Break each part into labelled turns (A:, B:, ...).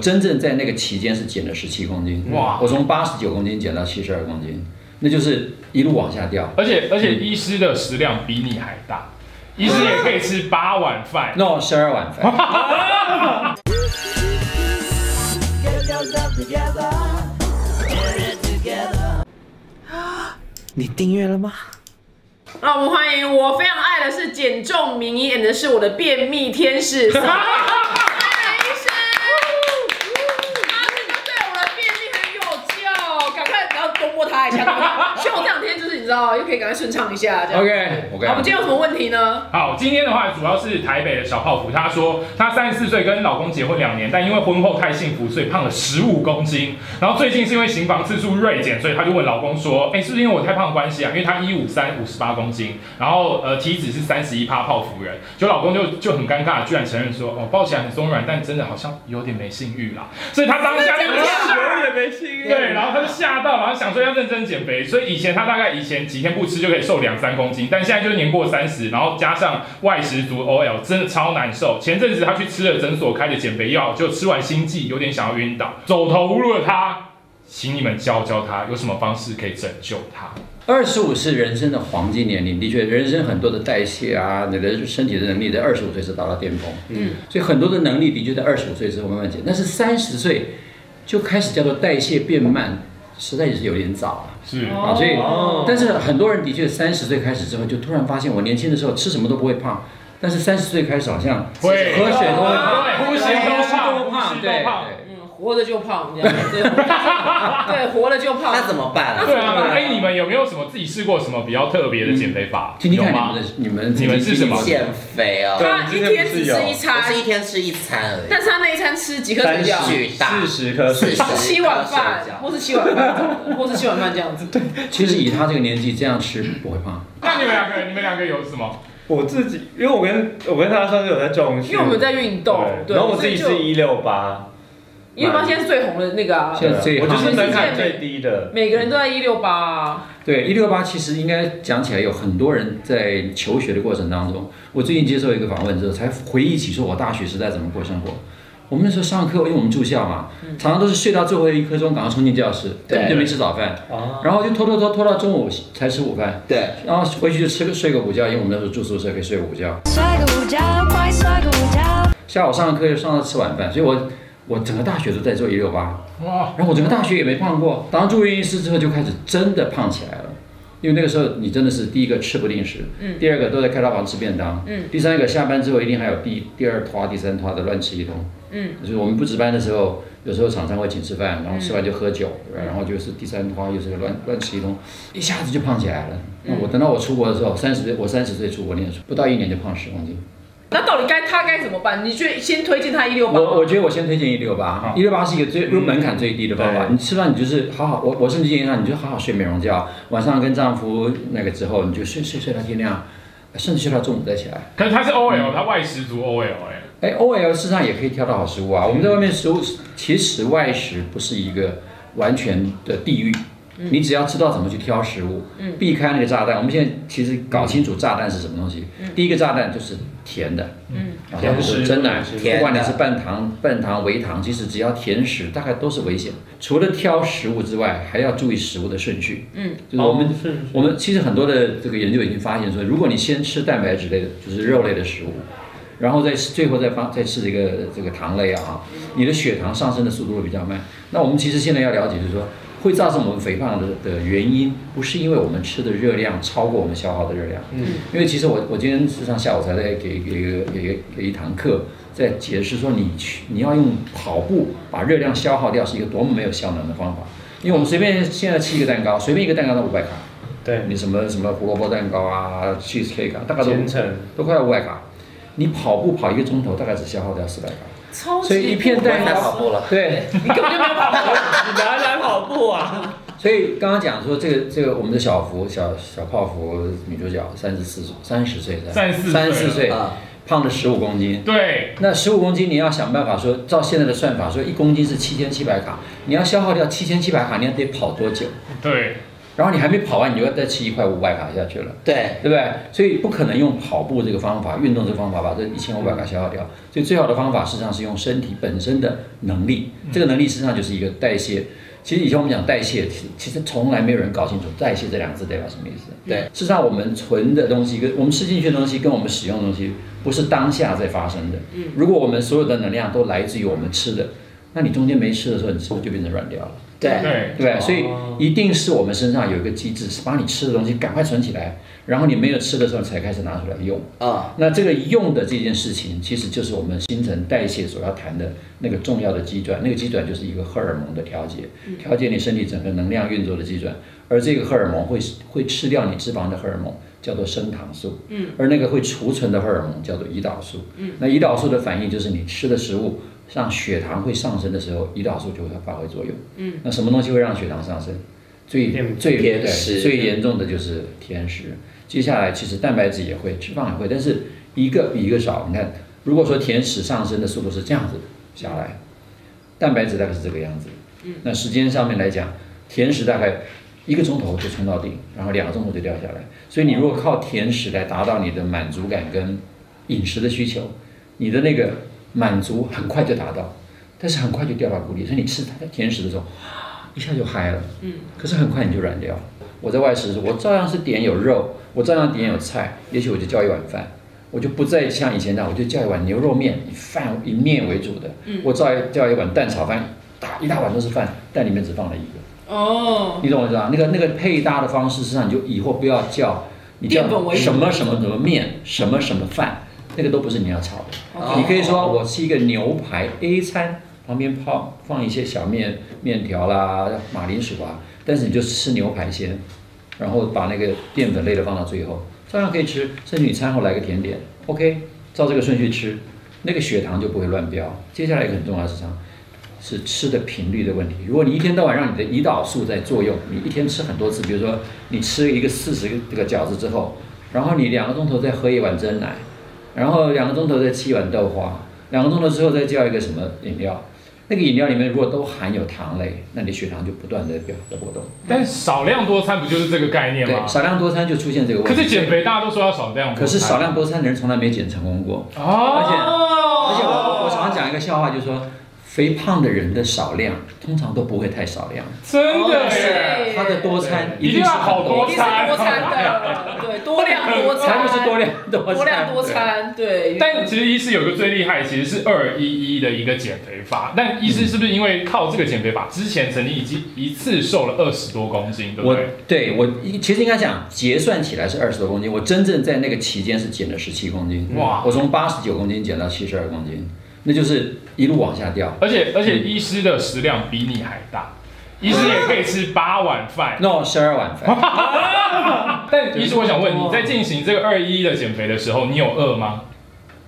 A: 真正在那个期间是减了十七公斤，
B: 哇
A: 我从八十九公斤减到七十二公斤，那就是一路往下掉。
B: 而且而且医师的食量比你还大，医师也可以吃八碗饭。
A: 那我十二碗饭。
C: Get yourself together. Get it together.
D: 你订阅了吗？
E: 让我们欢迎我非常爱的是减重名医，and 是我的便秘天 使。宋美医生，他真的对我的便秘很有救，赶快不要多摸他一下。希望我这两天就是你知道，又可以赶快顺畅一下这样。
B: OK，
A: 我跟
E: 好，我们
A: 你
E: 今天有什么问题呢？
B: 好，今天的话主要是台北的小泡芙，她说她三十四岁跟老公结婚两年，但因为婚后太幸福，所以胖了十五公斤。然后最近是因为行房次数锐减，所以她就问老公说：“哎、是不是因为我太胖的关系啊？因为她一五三五十八公斤，然后呃体脂是三十一趴泡芙人。”就老公就就很尴尬，居然承认说：“哦，抱起来很松软，但真的好像有点没性欲啦。”所以她当下就
D: 点没信
B: 对，然后他就吓到，然后想说要认真减肥，所以以前他大概以前几天不吃就可以瘦两三公斤，但现在就是年过三十，然后加上外食族 OL，真的超难受。前阵子他去吃了诊所开的减肥药，就吃完心悸，有点想要晕倒，走投无路的他。请你们教教他有什么方式可以拯救他。
A: 二十五是人生的黄金年龄，的确，人生很多的代谢啊，你的身体的能力在二十五岁是达到巅峰，嗯，所以很多的能力的确在二十五岁之后慢慢减，但是三十岁就开始叫做代谢变慢，实在也是有点早了。
B: 是
A: 啊，所以
D: 哦，
A: 但是很多人的确三十岁开始之后，就突然发现我年轻的时候吃什么都不会胖，但是三十岁开始好像
B: 会
A: 喝水都会胖，
B: 对呼吸都胖
A: 都
B: 呼吸都
A: 对
B: 胖
A: 对。
E: 嗯，活着就胖，这样对，对，活了就 胖。
D: 那怎么办啊？
B: 对啊，哎、你们有没有什么自己试过什么比较特别的减肥法？
A: 听听
B: 有
A: 看
B: 吗
A: 你们的？你们
B: 你们是什么
D: 减肥哦，
E: 他一天只吃一
D: 我
E: 餐，
D: 是一天吃一餐而已，
E: 但是他那一餐吃几颗水
D: 是
E: 饺？
D: 巨大
F: 四十颗
D: 四
F: 水
D: 十
F: 饺，
E: 七碗饭，或是七碗饭，或是七碗饭这样子。
A: 其实以他这个年纪这样吃不会胖，
B: 那你们两个，你们两个有什么？
F: 我自己，因为我跟我跟他算是有在重训，
E: 因为我们在运动，对，
F: 然后我自
E: 所以
F: 己
E: 就是
F: 一六八，
E: 因为发现最红的那个啊，
A: 现在最
F: 我就是
E: 夯
F: 门槛最低的，
E: 每个人都在一六八，啊
A: 对，一六八其实应该讲起来，有很多人在求学的过程当中，我最近接受一个访问之后，才回忆起说我大学时代怎么过生活。我们那时候上课，因为我们住校嘛，常常都是睡到最后一刻钟，赶快冲进教室，
D: 对
A: 根本就没吃早饭，然后就拖拖拖拖到中午才吃午饭，
D: 对，
A: 然后回去就吃个睡个午觉，因为我们那时候住宿舍可以睡个午觉。
G: 摔个午觉，快摔个午觉。
A: 下午上课又上到吃晚饭，所以我我整个大学都在做一六八，
B: 哇，
A: 然后我整个大学也没胖过，当住院医师之后就开始真的胖起来了。因为那个时候你真的是第一个吃不定时，嗯，第二个都在开刀房吃便当，嗯，第三个下班之后一定还有第第二拖、第三拖的乱吃一通，嗯，就是我们不值班的时候，有时候厂商会请吃饭，然后吃完就喝酒，然后就是第三拖又是乱乱吃一通，一下子就胖起来了。那我等到我出国的时候，三十岁，我三十岁出国念书，不到一年就胖十公斤。
E: 那到底该他该怎么办？你去先推荐他一六八，嗯
A: 我我觉得我先推荐一六八，一六八是一个最入门槛最低的方法。
F: 对
A: 你吃饭你就是好好，我我甚至建议他，你就好好睡美容觉，晚上跟丈夫那个之后，你就睡睡睡到天亮，甚至睡到中午再起来。
B: 可是他是
A: 嗯
B: OL，、他外食族 OL 哎、
A: 哎，OL 事实上也可以挑到好食物
E: 嗯
A: 啊。我们在外面食物，其实外食不是一个完全的地狱。
E: 嗯
A: 你只要知道怎么去挑食物，避开那个炸弹。我们现在其实搞清楚炸弹是什么东西。
E: 嗯
A: 第一个炸弹就是甜的，嗯，
F: 甜食
A: 真奶，
F: 甜
A: 不
D: 的
A: 管你是半糖、半糖、微糖，其实只要甜食，大概都是危险。除了挑食物之外，还要注意食物的顺序。嗯，就是我们
F: 哦是
A: 我们其实很多的这个研究已经发现说，如果你先吃蛋白质类的，就是肉类的食物，然后再吃最后再发再吃这个这个糖类啊，你的血糖上升的速度会比较慢。那我们其实现在要了解就是说，会造成我们肥胖的的原因，不是因为我们吃的热量超过我们消耗的热量。嗯，因为其实我我今天事实上下午才在给给一个给一个给一堂课。在解释说你去你要用跑步把热量消耗掉是一个多么没有效能的方法，因为我们随便现在吃一个蛋糕，随便一个蛋糕都五百卡，
F: 嗯对，
A: 你什么什么胡萝卜蛋糕啊、cheese cake 啊，大概都
F: 千层，
A: 都快要五百卡。你跑步跑一个钟头，大概只消耗掉四百卡，
E: 超级
A: 所以一片蛋
D: 不会再跑
A: 糕
D: 步了
A: 对，
E: 你根本就没有跑步，
F: 你哪来跑步啊？
A: 所以刚刚讲说这个这个我们的小福小小泡芙女主角三十四三十岁的
B: 34岁
A: 三十岁
D: 啊
A: 胖了十五公斤，
B: 对，
A: 那十五公斤你要想办法说照现在的算法说一公斤是七千七百卡，你要消耗掉七千七百卡，你要得跑多久？
B: 对，
A: 然后你还没跑完，你就要再吃一块五百卡下去了。
D: 对，
A: 对不对？所以不可能用跑步这个方法、运动这个方法把这一千五百卡消耗掉。所以最好的方法实际上是用身体本身的能力，这个能力实际上就是一个代谢。其实以前我们讲代谢，其其实从来没有人搞清楚代谢这两个字代表什么意思。
D: 对，
A: 事实上我们存的东西跟我们吃进去的东西跟我们使用的东西不是当下在发生的。如果我们所有的能量都来自于我们吃的，那你中间没吃的时候，你是不是就变成软掉了？
D: 对，
B: 对，
A: 对，所以一定是我们身上有一个机制，是把你吃的东西赶快存起来，然后你没有吃的时候才开始拿出来用。
D: 嗯，
A: 那这个用的这件事情，其实就是我们新陈代谢所要谈的那个重要的机转，那个机转就是一个荷尔蒙的调节，调节你身体整个能量运作的机转，而这个荷尔蒙会会吃掉你脂肪的荷尔蒙。叫做升糖素，嗯，而那个会储存的荷尔蒙叫做胰岛素，嗯，那胰岛素的反应就是你吃的食物让血糖会上升的时候，胰岛素就会发挥作用，嗯，那什么东西会让血糖上升？最
F: 淀
A: 最
D: 甜
A: 对
D: 食
A: 最严重的就是甜食，接下来其实蛋白质也会，脂肪也会，但是一个比一个少。你看，如果说甜食上升的速度是这样子下来，蛋白质大概是这个样子。那时间上面来讲，甜食大概一个钟头就冲到顶，然后两个钟头就掉下来。所以你如果靠甜食来达到你的满足感跟饮食的需求，你的那个满足很快就达到，但是很快就掉到谷底。所以你吃它的甜食的时候，一下就嗨了，嗯，可是很快你就软掉。我在外食的时候，我照样是点有肉，我照样点有菜，也许我就叫一碗饭，我就不再像以前那样，我就叫一碗牛肉面，以饭以面为主的，我照样叫一碗蛋炒饭，大一大碗都是饭，但里面只放了一个，
E: 哦，
A: 你懂我意思吧？那个那个配搭的方式，实际上你就以后不要叫，你叫
E: 淀粉为主
A: 什么什么什么面，什么什么饭，那个都不是你要炒的。
D: 哦
A: 你可以说我是一个牛排 A 餐，旁边泡放一些小面面条啦、马铃薯啊，但是你就吃牛排先，然后把那个淀粉类的放到最后，照样可以吃，甚至你餐后来个甜点，OK，照这个顺序吃，那个血糖就不会乱飙。接下来一个很重要的是什么？是吃的频率的问题。如果你一天到晚让你的胰岛素在作用，你一天吃很多次，比如说你吃一个四十个个饺子之后，然后你两个钟头再喝一碗真奶，然后两个钟头再吃一碗豆花，两个钟头之后再叫一个什么饮料，那个饮料里面如果都含有糖类，那你血糖就不断的表的波动。
B: 但少量多餐不就是这个概念吗
A: 对，？少量多餐就出现这个问
B: 可
A: 题。
B: 是减肥大家都说要少量多餐，
A: 可是少量多餐的人从来没减成功过。
B: 哦，
A: 而且而且我我我常常讲一个笑话，就是说，肥胖的人的少量通常都不会太少量，
B: 真的
A: 哦
B: 耶，
E: 对
A: 他的多餐
B: 一定
A: 定
B: 要
A: 是
B: 好
A: 很
B: 多
A: 多
E: 一定是多餐的，对，多量多餐，
A: 他就是多量多餐，
E: 多量多餐，对。
B: 但其实医师有一个最厉害，其实是二一一的一个减肥法。但医师是不是因为靠这个减肥法，之前曾经已经一次瘦了二十多公斤，对不
A: 我
B: 对？
A: 对我其实应该讲结算起来是二十多公斤，我真正在那个期间是减了十七公斤，
B: 哇
A: 我从八十九公斤减到七十二公斤，那就是一路往下掉。
B: 而且而且医师的食量比你还大，医师也可以吃八碗饭。
A: no 十二碗 饭，
B: 但医师，我想问你在进行这个二一一的减肥的时候，你有饿吗？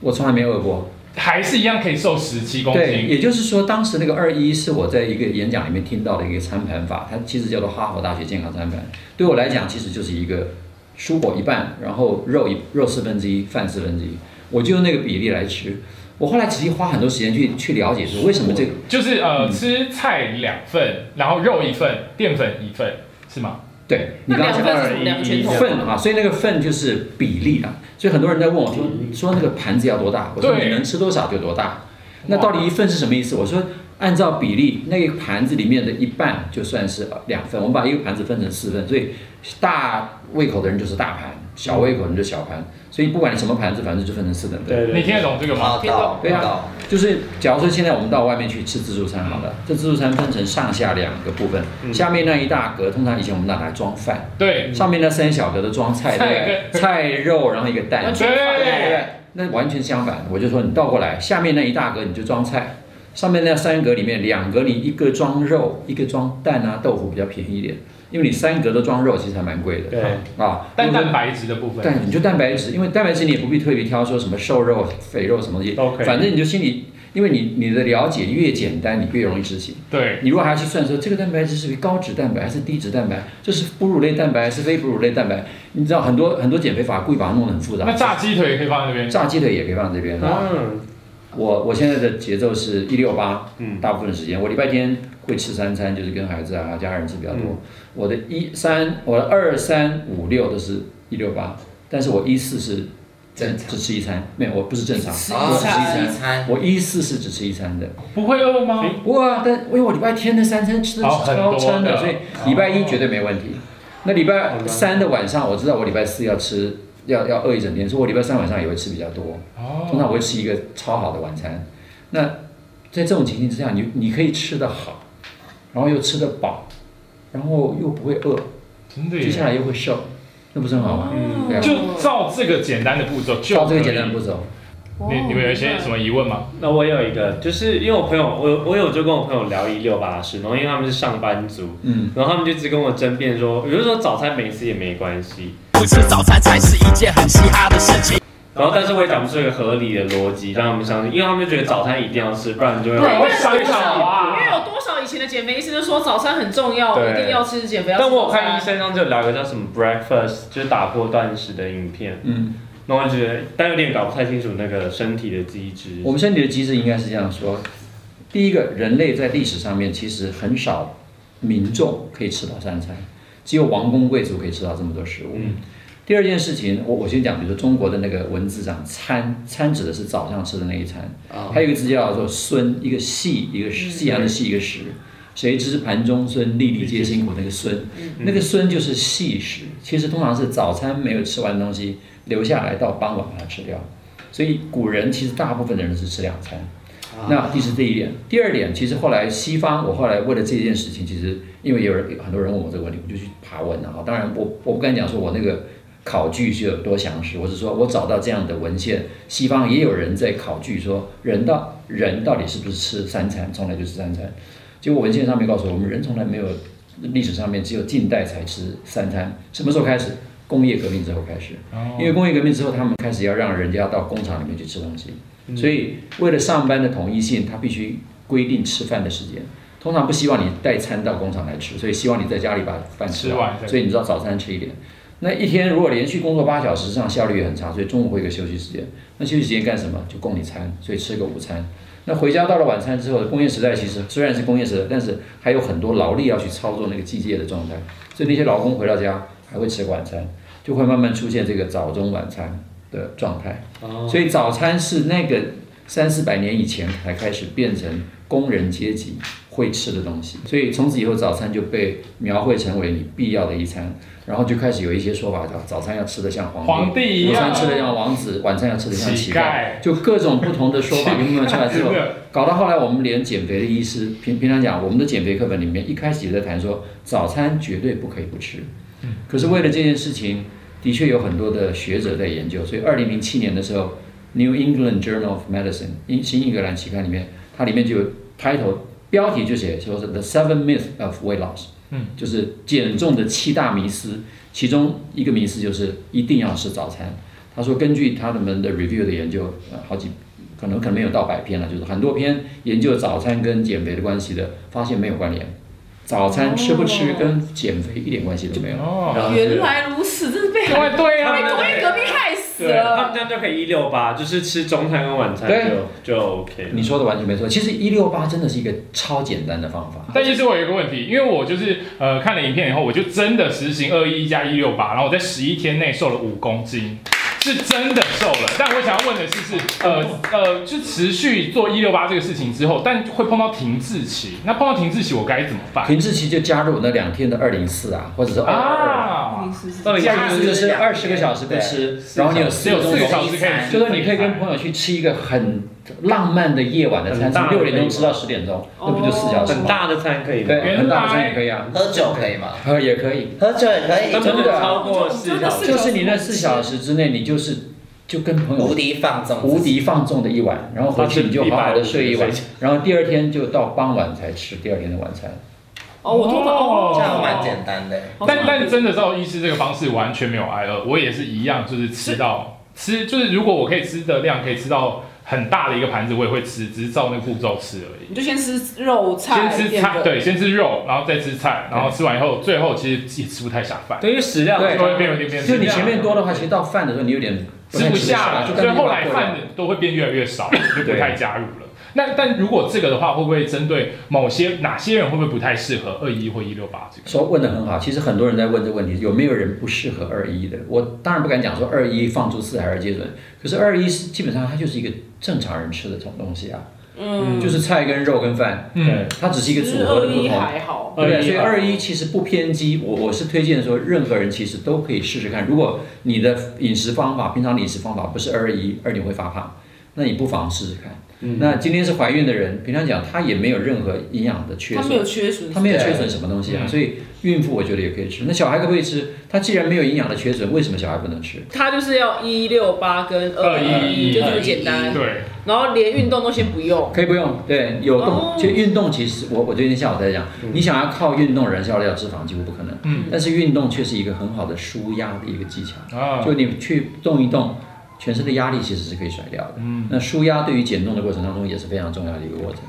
A: 我从来没有饿过。
B: 还是一样可以瘦十七公
A: 对，
B: 斤？
A: 也就是说，当时那个二一是我在一个演讲里面听到的一个餐盘法，它其实叫做哈佛大学健康餐盘。对我来讲，其实就是一个蔬果一半，然后肉一肉四分之一，饭四分之一，我就用那个比例来吃。我后来其实花很多时间去去了解说为什么这个
B: 就是呃，吃菜两份，然后肉一份，淀粉一份，是吗？
A: 对你
E: 那
A: 刚刚讲
E: 两份
A: 二
E: 是什么？两个拳头吗？
A: 份啊，所以那个份就是比例啊。所以很多人在问我说，说那个盘子要多大？我说
B: 对
A: 你能吃多少就多大。那到底一份是什么意思？我说按照比例，那个盘子里面的一半就算是呃两份。我们把一个盘子分成四份，所以大胃口的人就是大盘，小胃口的人就是小盘。所以不管你什么盘子，反正就分成四等份。
F: 对对
B: 你听得懂这个吗？
D: 哦好到
A: 对啊
D: 到，
A: 就是假如说现在我们到外面去吃自助餐好了，这自助餐分成上下两个部分，
F: 嗯
A: 下面那一大格通常以前我们拿来装饭。
B: 对，
A: 上面那三小格的装嗯菜，
B: 菜
A: 对 不对，菜肉，然后一个蛋，
E: 完
A: 对
E: 全
A: 不
B: 对
A: 对，那完全相反。我就说你倒过来，下面那一大格你就装菜，上面那三格里面两格你一个装肉，一个装蛋啊，豆腐比较便宜一点，因为你三格都装肉其实还蛮贵的。
F: 对
A: 啊，
B: 但
A: 因为
B: 蛋白质的部分，
A: 蛋你就蛋白质，因为蛋白质你也不必特别挑说什么瘦肉、肥肉什么东西
F: 都可以
A: 反正你就心里，因为你你的了解越简单，你越容易执行。
B: 对，
A: 你如果还要去算说这个蛋白质是高脂蛋白还是低脂蛋白，这是哺乳类蛋白还是非哺乳类蛋白，你知道很多很多减肥法故意把它弄得很复
B: 那
A: 杂。
B: 炸鸡腿可以放在那边。
A: 炸鸡腿也可以放这边啊，
F: 嗯，
A: 我我现在的节奏是一六八，
F: 嗯
A: 大部分的时间我礼拜天会吃三餐，就是跟孩子啊家人吃比较多。
F: 嗯
A: 我的一三，我的二三五六都是一六八，但是我一四是
D: 正常
A: 只吃一餐，没有，我不是正常，
D: 吃
A: 我只吃
D: 一
A: 一餐。
D: 餐，
A: 我一四是只吃一餐的，
B: 不会饿吗？
A: 不过啊，但因为我礼拜天的三餐吃的
B: 哦很多
A: 超
B: 的
A: 撑的，哦所以礼拜一绝对没问题。那礼拜
F: 好的
A: 三的晚上，我知道我礼拜四要吃，要要饿一整天，所以我礼拜三晚上也会吃比较多。通
B: 哦，
A: 常我会吃一个超好的晚餐。那在这种情形之下，你你可以吃得好，然后又吃得饱，然后又不会饿，
B: 真的
A: 接下
B: 耶，
A: 来又会瘦，那不是很好吗？
F: 嗯
A: 对啊，
B: 就照这个简单的步骤就
A: 照这个简
B: 可
A: 单哦
B: 以
A: 的步骤，
E: 哦
B: 你你们有一些什么疑问吗？
F: 那我有一个，就是因为我朋友，我我有就跟我朋友聊一六八事，然后因为他们是上班族，
A: 嗯，
F: 然后他们就一直跟我争辩说，比如说早餐没吃也没关系，
H: 不吃早餐才是一件很嘻哈的事情。
F: 然后但是我也讲不出一个合理的逻辑让他们相信，因为他们就觉得早餐一定要吃，不然就
E: 对，
F: 会。
E: 因为
B: 我想一
E: 有多
B: 想
E: 少，
B: 啊
E: 因为有多少以前的减肥医生都说早餐很重要，
F: 对
E: 一定要吃减肥。要吃
F: 但我有
E: 早餐
F: 看医生上次有聊一个叫什么 breakfast，就是打破断食的影片，
A: 嗯，
F: 然后我就觉得，但有点搞不太清楚那个身体的机制。
A: 我们身体的机制应该是这样说：第一个，人类在历史上面其实很少民众可以吃到三餐，只有王公贵族可以吃到这么多食物。
F: 嗯
A: 第二件事情，我我先讲，比如说中国的那个文字上，餐餐指的是早上吃的那一餐，
D: 哦
F: 啊
A: 还有一个字叫做“孙”，一个“细”，一个“细阳”的“细”，一个“食”。
F: 嗯
A: 谁知盘中餐，粒粒皆辛苦。那个“孙”，
F: 嗯
A: 那个“孙”就是细食。其实通常是早餐没有吃完的东西留下来到傍晚把它吃掉。所以古人其实大部分的人是吃两餐。那这是第一点。第二点，其实后来西方，我后来为了这件事情，其实因为有人有很多人问我这个问题，我就去爬文啊。当然我，我不敢讲说我那个考据是有多详实，我是说我找到这样的文献，西方也有人在考据说人到人到底是不是吃三餐，从来就吃三餐。结果文献上面告诉我们，人从来没有历史上面只有近代才吃三餐。什么时候开始？工业革命之后开始。因为工业革命之后，他们开始要让人家到工厂里面去吃东西，所以为了上班的统一性，他必须规定吃饭的时间。通常不希望你带餐到工厂来吃，所以希望你在家里把饭吃
B: 吃完
A: 完。
B: 对
A: 所以你知道早餐吃一点。那一天如果连续工作八小时，实际上效率也很差，所以中午会有一个休息时间。那休息时间干什么？就供你餐，所以吃个午餐。那回家到了晚餐之后，工业时代其实虽然是工业时代，但是还有很多劳力要去操作那个机械的状态，所以那些劳工回到家还会吃个晚餐。就会慢慢出现这个早中晚餐的状态。
F: 哦
A: 所以早餐是那个三四百年以前才开始变成工人阶级会吃的东西，所以从此以后早餐就被描绘成为你必要的一餐，然后就开始有一些说法叫早餐要吃的像皇帝，
B: 皇帝一
A: 午
B: 样
A: 餐吃的像王子，晚餐要吃的像乞
B: 乞丐
A: 丐，就各种不同的说法慢慢出来之 后
B: 真的，
A: 搞到后来我们连减肥的医师平平常讲，我们的减肥课本里面一开始也在谈说早餐绝对不可以不吃，可是为了这件事情，的确有很多的学者在研究，所以二零零七年的时候，《New England Journal of Medicine》英新英格兰期刊里面，它里面就有 title 标题就写说是 The Seven Myths of Weight Loss，
B: 嗯，
A: 就是减重的七大迷思，其中一个迷思就是一定要吃早餐。他说根据他们的 review 的研究，呃，好几可能可能没有到百篇了，就是很多篇研究早餐跟减肥的关系的，发现没有关联。早餐吃不吃跟减肥一点关系都没有。
B: 哦，
F: 然后
E: 原来如此，真是被
B: 对对
F: 他
E: 被
F: 们
B: 啊，
E: 工业革命害死
F: 对，他们
E: 了
F: 这。样就可以一六八，就是吃中餐跟晚餐
A: 对
F: 就就 OK 了。
A: 你说的完全没错，其实一六八真的是一个超简单的方法。
B: 但其实我有一个问题，因为我就是呃看了影片以后，我就真的实行二一加一六八，然后我在十一天内瘦了五公斤，是真的瘦了。但我想要问的是，是呃呃，就持续做一六八这个事情之后，但会碰到停滞期，那碰到停滞期我该怎么办
A: 停滞期就加入那两天的二零四啊，或者是二
B: 啊？
F: 到
A: 二，
F: 底是
A: 加入就是二十个小时不
D: 对
A: 吃，然后你有
B: 只
A: 四
B: 有四
A: 个
B: 个
A: 钟
B: 小
A: 头，
B: 时可以，
A: 就说你可以跟朋友去吃一个很浪漫的夜晚的餐，
F: 很大
A: 从
F: 的哦
A: 六点钟吃到十点钟，那不就四小时
F: 很
A: 吗？
F: 大的餐可以吗？
A: 对，很大的餐也可以啊，
D: 喝酒可以吗？
A: 呃也可以，
D: 喝酒也可以
F: 那，不
A: 真
F: 能
A: 的啊
F: 超过四小时。
A: 就是你那四小时之内，你就是就跟朋友
D: 无敌放纵，
A: 无敌放纵的一晚，然后回去你就好好的睡一晚
F: 那是150，
A: 然后第二天就到傍晚才吃第二天的晚餐。
E: 哦，我通常
B: 哦
E: 哦，
D: 这样蛮简单的。
B: 但但真的照医师这个方式完全没有挨饿，我也是一样，就是吃到吃，就是如果我可以吃的量可以吃到很大的一个盘子，我也会吃，只是照那个步骤吃而已。
E: 你就先吃肉菜，
B: 先吃
E: 淀
B: 菜，
E: 粉，
B: 对，先吃肉，然后再吃菜，然后吃完以后，最后其实也吃不太下饭，
F: 对于食量，
A: 对
B: 就会变有点变
A: 就你前面多的话，其实到饭的时候你有点不
B: 吃
A: 太
B: 不
A: 吃得
B: 下
A: 下
B: 了，
A: 就
B: 所以
A: 干脆
B: 后来
A: 把它过掉
B: 饭都会变越来越少，就不
A: 对
B: 太加入了。那但如果这个的话，会不会针对某些哪些人会不会不太适合二一或一六八这个？
A: 说问的很好，其实很多人在问这个问题，有没有人不适合二一的？我当然不敢讲说二一放出四海而皆准，可是二一是基本上它就是一个正常人吃的种东西啊，
E: 嗯，
A: 就是菜跟肉跟饭，
B: 嗯，
A: 它只是一个
E: 其
A: 组
E: 实
A: 合
E: 二
A: 的不
E: 一
A: 同。
E: 还好，
A: 对不对，所以
F: 21啊
A: 二一其实不偏激，我我是推荐说，任何人其实都可以试试看。如果你的饮食方法，平常的饮食方法不是二一，二你会发胖，那你不妨试试看。那今天是怀孕的人，平常讲她也没有任何营养的缺
E: 他
A: 损，
E: 没有缺损，
A: 它没有缺损什么东西啊，
B: 嗯
A: 所以孕妇我觉得也可以吃。那小孩可不可以吃？它既然没有营养的缺损，为什么小孩不能吃？
E: 他就是要一六八跟二一，
B: 211
E: 就这么简
A: 嗯
E: 单。
B: 对，
E: 然后连运动都先不用，
A: 可以不用，对，有动。
E: 哦
A: 其实运动其实我我最近下午在讲，你想要靠运动燃烧掉脂肪几乎不可能，
B: 嗯
A: 但是运动却是一个很好的舒压的一个技巧。
B: 啊，
A: 就你去动一动，全身的压力其实是可以甩掉的。
B: 嗯，
A: 那舒压对于减重的过程当中也是非常重要的一个过程。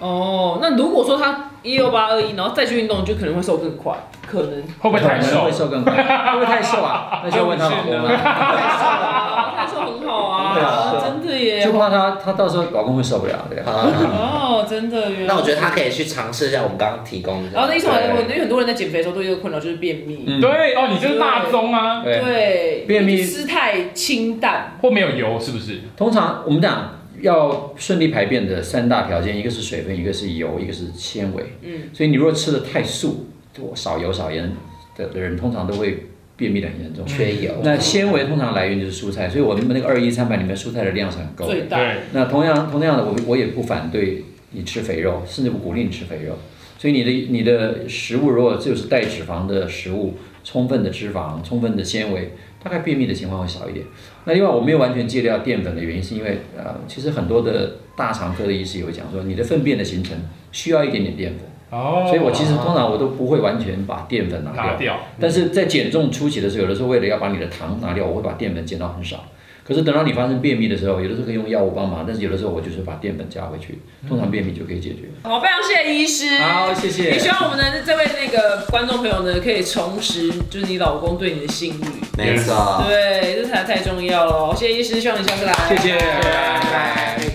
E: 哦，那如果说他一六八二一，然后再去运动，就可能会瘦更快，可能。
B: 会不会太
A: 可能
B: 瘦
A: 会？瘦更快，会不会太瘦啊？那就要问她老公了、
E: 啊，太瘦很好
A: 对啊
E: 啊，真的耶
A: 就。怕她她到时候老公会受不了，对吧？
D: 啊，
E: 哦，真的耶。
D: 那我觉得他可以去尝试一下我们刚刚提供的。
E: 然后那医生还
A: 对
E: 问，因为很多人在减肥的时候都有一个困扰，就是便秘。
A: 嗯
B: 对哦，你就是大宗啊，
A: 对
E: 对，
A: 便秘
E: 因为吃太清淡，
B: 或没有油是不是？
A: 通常我们讲要顺利排便的三大条件，一个是水分，一个是油，一个是纤维。
E: 嗯，
A: 所以你如果吃的太素，多少油少盐的的人，通常都会便秘的很严重。
D: 缺油，
A: 那纤维通常来源就是蔬菜，所以我们那个二一餐盘里面蔬菜的量是很够的。
E: 最大。
B: 对，
A: 那同样同样的，我我也不反对你吃肥肉，甚至不鼓励你吃肥肉。所以你的你的食物如果就是带脂肪的食物，充分的脂肪、充分的纤维，大概便秘的情况会少一点。那另外我没有完全戒掉淀粉的原因，是因为呃，其实很多的大肠科的医师有讲说，你的粪便的形成需要一点点淀粉，
B: 哦，
A: 所以我其实通常我都不会完全把淀粉拿
B: 拿
A: 掉。
B: 掉，
A: 但是在减重初期的时候，有的时候为了要把你的糖拿掉，我会把淀粉减到很少。可是等到你发生便秘的时候，有的时候可以用药物帮忙，但是有的时候我就是把淀粉加回去，通常便秘就可以解决。
E: 好，非常谢谢医师。
A: 好，谢谢
E: 也。希望我们的这位那个观众朋友呢，可以重拾就是你老公对你的性欲，
D: 没错，
E: 对，这才太重要了。谢谢医师，希望你下次来。
A: 谢谢
E: 拜
D: 拜拜。